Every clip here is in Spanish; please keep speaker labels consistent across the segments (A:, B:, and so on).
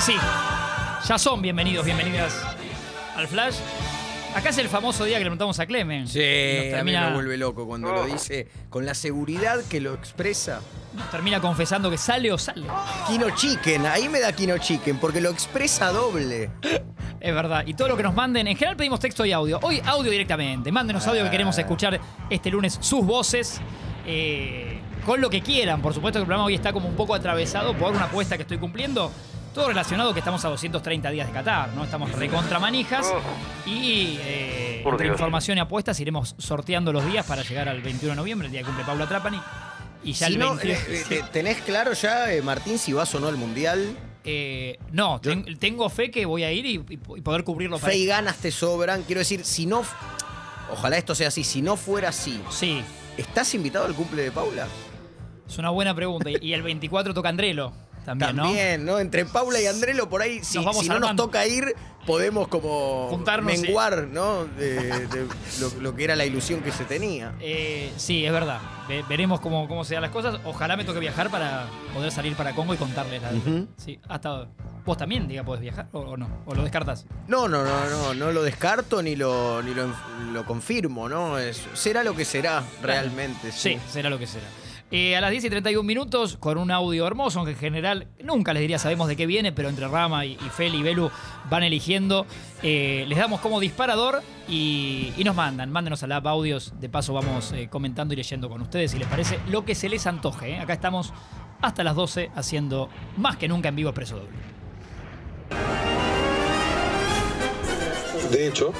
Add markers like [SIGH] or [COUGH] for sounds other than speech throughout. A: sí, ya son bienvenidos, bienvenidas al Flash. Acá es el famoso día que le preguntamos a Clemen.
B: Sí,
A: Nos
B: a mí
A: termina,
B: me vuelve loco cuando lo dice con la seguridad que lo expresa.
A: nos termina confesando que sale o sale.
B: Kino Chicken, ahí me da Kino Chicken, porque lo expresa doble.
A: Es verdad. Y todo lo que nos manden, en general pedimos texto y audio. Hoy audio directamente. Mándenos audio que queremos
B: Ah.
A: escuchar este lunes sus voces. eh, con lo que quieran. Por supuesto que el programa hoy está como un poco atravesado por una apuesta que estoy cumpliendo. Todo relacionado que estamos a 230 días de Qatar, ¿no? Estamos recontra manijas. Y eh,
C: Por
A: entre
C: Dios.
A: información y apuestas iremos sorteando los días para llegar al 21 de noviembre, el día que cumple Pablo Trapani. Y ya
B: Si
A: el
B: no,
A: 23.
B: eh, eh, te- ¿Tenés claro ya, eh, Martín, si vas o no al Mundial?
A: Eh, no,
B: Yo-
A: ten- tengo fe que voy a ir y, y- y poder cubrirlo para.
B: Fe y ganas te sobran. Quiero decir, si no... Ojalá esto sea así. Si no fuera así,
A: Sí,
B: ¿estás invitado al cumple de Paula?
A: Es una buena pregunta. Y y el 24 toca Andrelo también,
B: También, ¿no? Entre Paula y Andrelo, por ahí, si,
A: Nos vamos
B: si no nos
A: armando.
B: toca ir, podemos como
A: Juntarnos y-
B: menguar, ¿no? De, de lo, lo que era la ilusión que se tenía.
A: ¿no? Eh, sí, es verdad. Ve- veremos cómo, cómo se dan las cosas. Ojalá me toque viajar para poder salir para Congo y contarles. La...
B: Ujú.
A: Sí, hasta vos también, diga, podés viajar o, o no. O lo descartas.
B: No, no, no, no, no lo descarto ni lo, ni lo, enf- lo confirmo, ¿no? Es- será lo que será realmente.
A: Sí, será lo que será. Eh, a las 10 y 31 minutos, con un audio hermoso, aunque en general nunca les diría sabemos de qué viene, pero entre Rama y, y Feli y Belu van eligiendo. Eh, les damos como disparador y, y nos mandan. Mándenos a la app audios. De paso, vamos eh, comentando y leyendo con ustedes si les parece lo que se les antoje. ¿eh? Acá estamos hasta las 12 haciendo más que nunca en vivo Expreso Doble.
D: De hecho,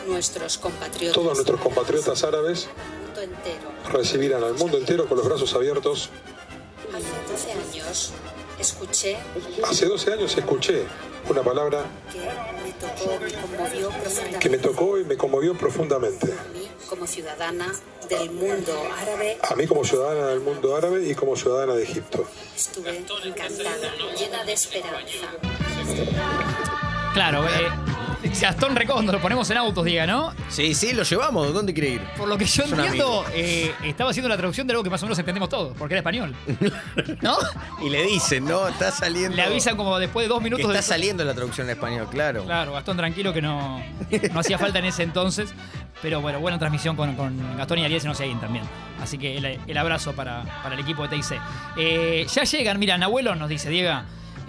E: Todos nuestros compatriotas.
D: todos nuestros compatriotas árabes
E: del mundo entero.
D: recibirán al mundo entero con los brazos abiertos.
E: Hace 12 años escuché
D: Hace 12 años escuché una palabra
E: que me tocó, me conmovió profundamente.
D: que me tocó y me conmovió profundamente.
E: A mí, como ciudadana del mundo árabe,
D: A mí como ciudadana del mundo árabe y como ciudadana de Egipto.
E: estuve encantada, llena de esperanza.
A: Claro, eh, [LAUGHS] Gastón Recondo, lo ponemos en autos, diga, ¿no?
B: Sí, sí, lo llevamos. ¿Dónde quiere ir?
A: Por lo que yo
B: Es un
A: entiendo, eh, estaba haciendo la traducción de algo que más o menos entendemos todos, porque era
B: [LAUGHS]
A: español. ¿No?
B: Y le dicen, ¿no? Está saliendo.
A: Le avisan como después de dos
B: que
A: minutos
B: está
A: de-
B: saliendo la traducción en español, claro.
A: Claro, Gastón, tranquilo que no, no hacía falta en ese entonces. Pero bueno, buena transmisión con, con Gastón y Ariel no ahí también. Así que el, el abrazo para, para el equipo de TIC. Eh, ya llegan, mira, Abuelo nos dice, Diego.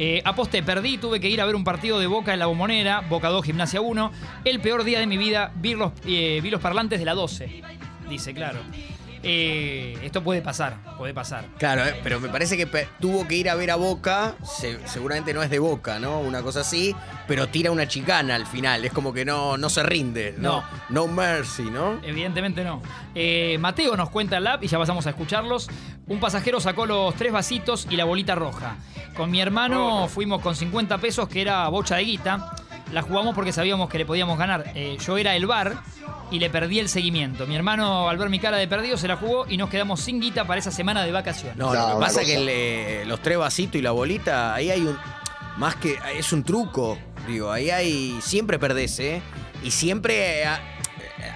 A: Eh, aposté, perdí, tuve que ir a ver un partido de Boca en la Bombonera, Boca 2, Gimnasia 1. El peor día de mi vida, vi los, eh, vi los parlantes de la 12. Dice, claro. Eh, esto puede pasar, puede pasar.
B: Claro, eh, pero me parece que pe- tuvo que ir a ver a Boca, se- seguramente no es de Boca, ¿no? Una cosa así, pero tira una chicana al final, es como que no, no se rinde, ¿no? No, mercy, ¿no?
A: Evidentemente no. Eh, Mateo nos cuenta el app y ya pasamos a escucharlos. Un pasajero sacó los tres vasitos y la bolita roja. Con mi hermano fuimos con 50 pesos, que era bocha de guita. La jugamos porque sabíamos que le podíamos ganar. Eh, yo era el bar y le perdí el seguimiento. Mi hermano, al ver mi cara de perdido, se la jugó y nos quedamos sin guita para esa semana de vacaciones.
B: No,
F: No,
B: lo que
F: una
B: pasa
F: cosa.
B: que el, eh, los tres vasitos y la bolita, ahí hay un. Más que. Es un truco, digo. Ahí hay. Siempre perdés, ¿eh? Y siempre. eh, A,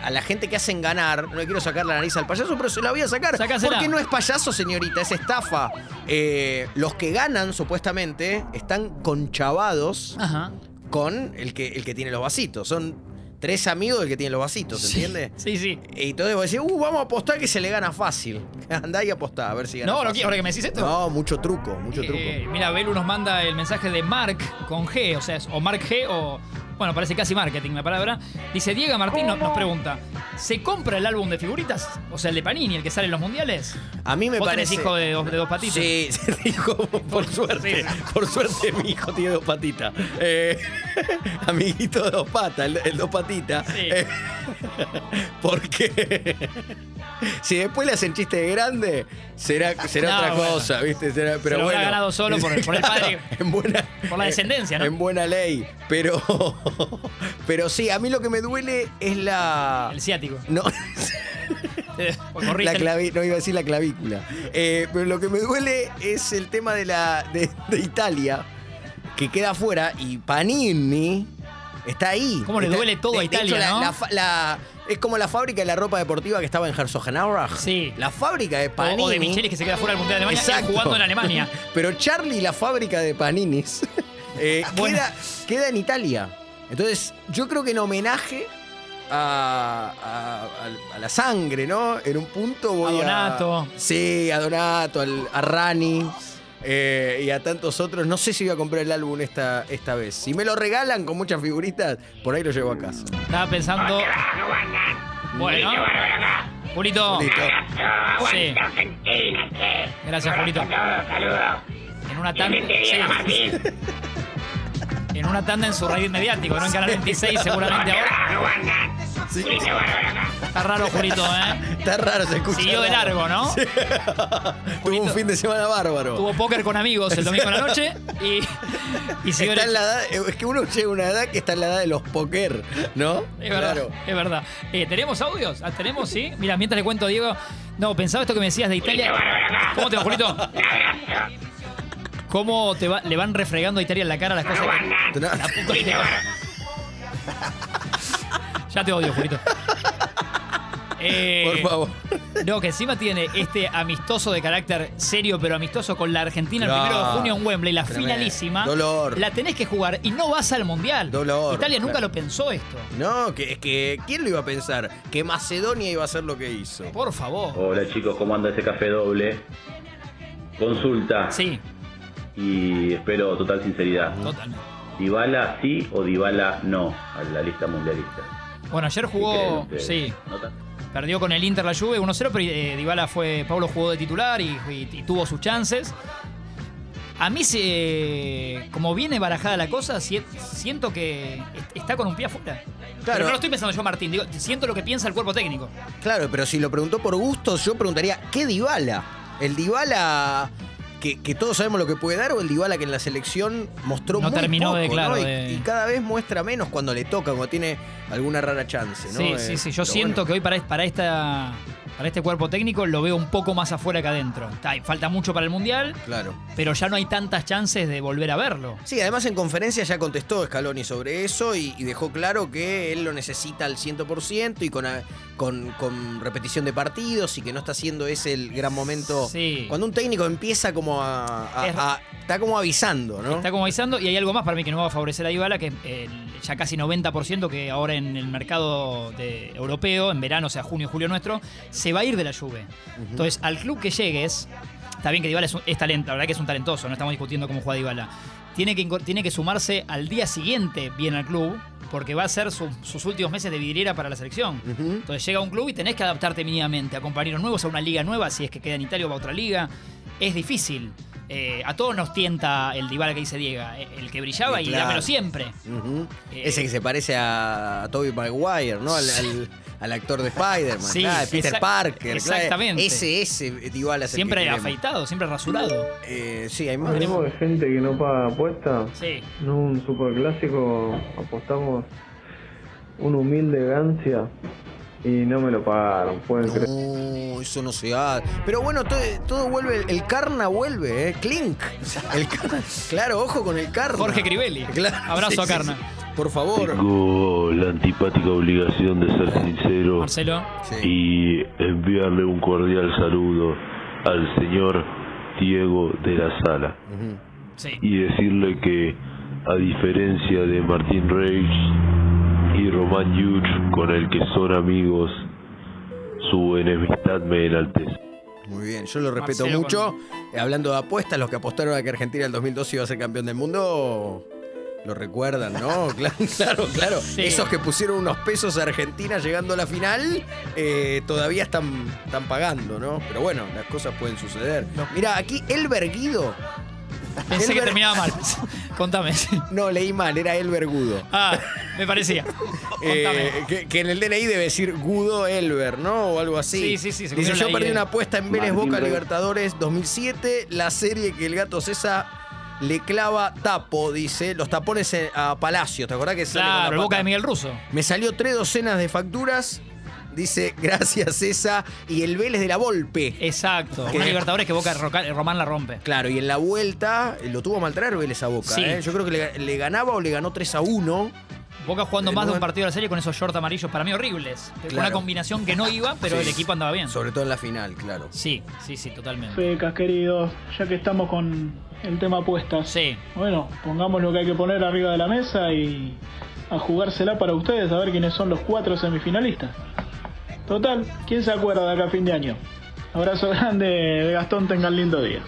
B: a la gente que hacen ganar, no le quiero sacar la nariz al payaso, pero se la voy a sacar.
A: Sácasela.
B: Porque no es payaso, señorita, es estafa. Eh, los que ganan, supuestamente, están conchavados
A: Ajá.
B: con el que, el que tiene los vasitos. Son tres amigos del que tiene los vasitos, ¿entiendes?
A: Sí, sí.
B: Y entonces vos decís, uh, vamos a apostar que se le gana fácil. [LAUGHS] Andá y apostá, a ver si gana
A: No, no
B: fácil.
A: quiero, ahora que me decís esto.
B: No, mucho truco, mucho truco.
A: Eh, mira, Belu nos manda el mensaje de Mark con G, o sea, es o Mark G o. Bueno, parece casi marketing la palabra. Dice Diego Martín no- nos pregunta: ¿se compra el álbum de figuritas? O sea, el de Panini, el que sale en los mundiales.
B: A mí me
A: Vos tenés
B: parece.
A: hijo de dos, de dos patitas.
B: Sí, [LAUGHS] sí, hijo, por suerte.
A: sí.
B: Por suerte, mi hijo tiene dos patitas. Eh, [LAUGHS] amiguito de dos patas, el, el dos patitas.
A: Sí.
B: Eh, [LAUGHS] porque. Si después le hacen chiste de grande, será, será
A: No,
B: otra
A: bueno.
B: cosa, ¿viste? Será,
A: lo
B: pero
A: habrá
B: bueno.
A: ganado solo por-
B: [LAUGHS]
A: por el padre.
B: En buena- eh,
A: Por la descendencia, ¿no?
B: En buena ley. Pero. [LAUGHS] Pero sí, a mí lo que me duele es la.
A: El ciático.
B: No.
A: [LAUGHS] O corrige
B: eh, La
A: el-
B: clavi- no iba a decir la clavícula. Eh, pero lo que me duele es el tema de la de, de Italia, que queda afuera y Panini Está ahí.
A: Cómo le
B: Está-
A: duele todo a
B: de- de hecho,
A: Italia,
B: la-
A: ¿no?
B: la fa- la- es como la fábrica de la ropa deportiva que estaba en Herzogenaurach.
A: Sí.
B: La fábrica de
A: O-
B: Panini.
A: O de Michelis que se queda fuera del Mundial de Alemania él
B: Exacto.
A: jugando en Alemania.
B: [LAUGHS] Pero Charlie, la fábrica de paninis, [LAUGHS] eh,
A: Bueno.
B: queda, queda en Italia. Entonces, yo creo que en homenaje a, a- a- a la sangre, ¿no? En un punto voy
A: A Donato.
B: sí, a Donato, al- a Rani eh, y a tantos otros. No sé si voy a comprar el álbum esta, esta vez. Si me lo regalan con muchas figuritas, por ahí lo llevo a casa.
A: Estaba pensando. Bueno. Julito.
B: Listo.
A: Sí. Gracias, Julito. En una tanda. sí. [LAUGHS] En una tanda en su raíz mediático, ¿no? En Canal 26, seguramente ahora.
B: Sí.
A: Está raro, Julito, ¿eh?
B: Está raro, se escucha.
A: Siguió de largo,
B: raro.
A: ¿no?
B: [LAUGHS] Tuvo un
A: Julito.
B: fin de semana bárbaro.
A: Tuvo póker con amigos el domingo a la noche y. y siguió
B: Está
A: derecho.
B: en la edad- eh, es que uno llega a una edad que está en la edad de los poker, ¿no?
A: Es verdad, [LAUGHS]
B: Claro.
A: es verdad. Eh, ¿Tenemos audios? Ah, ¿Tenemos, sí? Mira, mientras le cuento a Diego. No, pensaba esto que me decías de Italia. ¿Cómo te va, Julito? ¿Cómo te va- le van refregando a Italia en la cara las cosas? que-
B: No,
A: Ya te odio, Julito. Eh,
B: por favor.
A: No, que encima tiene este amistoso de carácter serio, pero amistoso con la Argentina el
B: No,
A: primero de junio en Wembley, la
B: tremendo.
A: finalísima.
B: Dolor.
A: La tenés que jugar y no vas al Mundial.
B: Dolor,
A: Italia nunca
B: claro.
A: lo pensó esto.
B: No, que, es que ¿quién lo iba a pensar? Que Macedonia iba a hacer lo que hizo.
A: Por favor.
C: Hola chicos, ¿cómo anda ese café doble? Consulta
A: Sí,
C: y espero total sinceridad.
A: totalmente.
C: ¿Dibala sí o Dibala no a la lista mundialista?
A: Bueno, ayer
C: ¿Qué creen
A: jugó,
C: ustedes?
A: sí,
C: ¿Nota?
A: perdió con el Inter la Juve 1-0, pero eh, Dybala fue, Pablo jugó de titular y, y- y tuvo sus chances. A mí, se, como viene barajada la cosa, si- siento que est- está con un pie afuera. Pero no lo estoy pensando yo, Martín. Digo, siento lo que piensa el cuerpo técnico.
B: Claro, pero si lo preguntó por gusto, yo preguntaría, ¿qué Dybala? ¿El Dybala que, que todos sabemos lo que puede dar o el Dybala que en la selección mostró
A: No
B: muy
A: terminó
B: poco,
A: de, claro,
B: ¿no? Y,
A: de-
B: y cada vez muestra menos cuando le toca, cuando tiene alguna rara chance, ¿no?
A: sí,
B: Eh,
A: sí, sí. Yo
B: pero
A: siento
B: bueno.
A: que hoy para, para, esta, para este cuerpo técnico lo veo un poco más afuera que adentro. Está- Falta mucho para el Mundial,
B: Claro.
A: pero ya no hay tantas chances de volver a verlo.
B: Sí, además en conferencia ya contestó Scaloni sobre eso y, y dejó claro que él lo necesita al 100% y con, a- con, con repetición de partidos y que no está haciendo ese el gran momento.
A: Sí.
B: Cuando un técnico empieza como a... a-
A: Es-
B: a- está como avisando, ¿no?
A: Está como avisando y hay algo más para mí que no va a favorecer a Dybala, que es el ya casi 90% que ahora en el mercado de- europeo, en verano, o sea, junio, julio nuestro, se va a ir de la Juve. Entonces, al club que llegues, está bien que Dybala es, un- es talento, la verdad que es un talentoso, no estamos discutiendo cómo juega Dybala. Tiene que, inco- tiene que sumarse al día siguiente bien al club, porque va a ser su- sus últimos meses de vidriera para la selección.
B: Ujú.
A: Entonces llega a un club y tenés que adaptarte mínimamente a compañeros nuevos, a una liga nueva, si es que queda en Italia o va a otra liga. Es difícil. Eh, a todos nos tienta el Dybala que dice Diego, eh, el que brillaba
B: Sí,
A: y
B: claro.
A: dámelo siempre.
B: Ujú.
A: Eh,
B: Ese que se parece a, Toby Maguire, ¿no? Al, al- al actor de Spider-Man,
A: Sí,
B: claro, Peter
A: exac-
B: Parker. claro.
A: exactamente.
B: Ese, ese, Dybala es el que
A: Siempre
B: queremos.
A: afeitado, siempre rasurado.
B: Eh, sí, hay más.
F: Hablemos de gente que no paga apuestas.
A: Sí.
F: En un superclásico apostamos un humilde Gancia y no me lo pagaron. Pueden creer.
B: No, eso no se hace. Pero bueno, todo, todo vuelve. El Carna vuelve, ¿eh? Clink. El Carna- claro, ojo con el Carna.
A: Jorge Crivelli. Abrazo a Carna.
B: Por favor.
G: Tengo la antipática obligación de ser sincero
A: Marcelo.
B: Sí.
G: y enviarle un cordial saludo al señor Diego de la Sala
B: Ujú.
A: Sí.
G: y decirle que a diferencia de Martín Reich y Román Yuch con el que son amigos, su enemistad me enaltece.
B: Muy bien, yo lo respeto
A: Marcelo
B: mucho. Eh, Hablando de apuestas, los que apostaron a que Argentina en el 2012 iba a ser campeón del mundo. Lo recuerdan, ¿no? [LAUGHS] Claro, claro. claro. Esos que pusieron unos pesos a Argentina llegando a la final, eh, todavía están, están pagando, ¿no? Pero bueno, las cosas pueden suceder. Mira, aquí Elber Guido
A: Pensé que
B: Elber-
A: terminaba
B: [LAUGHS]
A: mal. Contame.
B: No, leí mal, era Elber Gudo.
A: Ah, me parecía. [LAUGHS] Contame.
B: Eh, que, que en el DNI debe decir Gudo Elber, ¿no? O algo
A: Sí,
B: así.
A: sí, sí, se
B: Dice,
A: comieron
B: yo
A: la
B: perdí
A: idea".
B: una apuesta en Vélez
C: Martín
B: Boca
C: Rey.
B: Libertadores 2007, la serie que el gato César le clava tapo, dice, los tapones en- a Palacio, ¿te acordás que sale con la
A: claro, el boca
B: pata?
A: de Miguel Russo.
B: Me salió tres docenas de facturas, dice, [LAUGHS] gracias César, y el Vélez de la Volpe.
A: Eh. Exacto.
B: ¿Qué?
A: Una Libertadores que Boca Roca- eh, Román la rompe.
B: Claro, y en la vuelta eh, lo tuvo a maltraer Vélez a Boca.
A: Sí.
B: ¿eh? Yo creo que le, le ganaba o le ganó 3 a 1.
A: Boca jugando
B: De
A: más de un
B: nuevo.
A: partido de la serie con esos shorts amarillos para mí horribles. Con Una
B: Claro.
A: combinación que no iba, pero
B: Sí.
A: el equipo andaba bien.
B: Sobre todo en la final, claro.
A: Sí, sí, sí, totalmente.
H: Fecas, queridos, ya que estamos con el tema apuestas.
A: Sí.
H: Bueno, pongamos lo que hay que poner arriba de la mesa y a jugársela para ustedes, a ver quiénes son los cuatro semifinalistas. Total, ¿quién se acuerda de acá a fin de año? Abrazo grande de Gastón, tengan lindo día.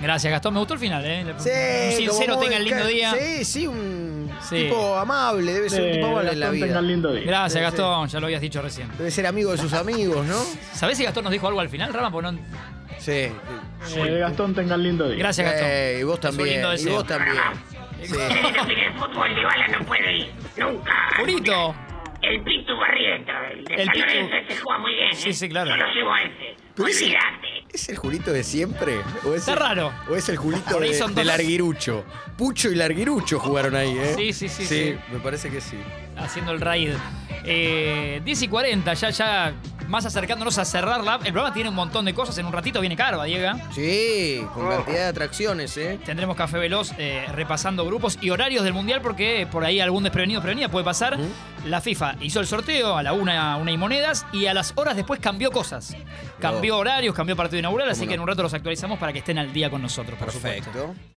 A: Gracias, Gastón. Me gustó el final, ¿eh?
B: Sí,
A: un sincero,
B: como muy
A: tenga el lindo
B: ca-
A: día.
B: Sí, sí, un
A: Sí.
B: tipo amable, debe ser un
H: Eh,
B: tipo amable en la
H: Gastón,
B: vida.
H: tengan lindo día.
A: Gracias,
B: Sí, sí.
A: Gastón. Ya lo habías dicho recién.
B: Debe ser amigo de sus amigos, ¿no?
A: ¿Sabés si Gastón nos dijo algo al final, Rama? Porque no-
B: Sí.
H: Eh, de Gastón, tengan lindo día.
A: Gracias, Gastón. Eh,
B: Eh, y vos también.
A: lindo
B: Y
A: deseo.
B: vos también. Sí.
A: Purito.
I: El Pitu Barrieta, el de
A: El
I: San
A: Pitu.
I: Lorenzo, ese juega muy bien.
A: Sí,
I: ¿eh?
A: sí, claro.
I: Yo lo llevo a ese.
B: Pero ese-
I: Olvídate.
B: ¿Es el Julito de siempre? ¿O es
A: Está
B: el,
A: raro.
B: ¿O es el Julito
A: Por ahí
B: de,
A: son
B: de
A: dos.
B: Larguirucho? Pucho y Larguirucho jugaron ahí, ¿eh?
A: Sí, sí, sí, sí.
B: Sí, me parece que sí.
A: haciendo el raid. Eh, 10 y 40, ya, ya más acercándonos a cerrarla. El programa tiene un montón de cosas. En un ratito viene Carva, Diego. ¿eh?
B: Sí, con cantidad de atracciones, ¿eh?
A: Tendremos Café Veloz eh, repasando grupos y horarios del Mundial porque eh, por ahí algún desprevenido prevenida puede pasar. La FIFA hizo el sorteo a la una, una y monedas y a las horas después cambió cosas. Cambió horarios, cambió partido inaugural, así
B: ¿Cómo
A: que
B: no?
A: en un rato los actualizamos para que estén al día con nosotros, por supuesto.
B: Perfecto.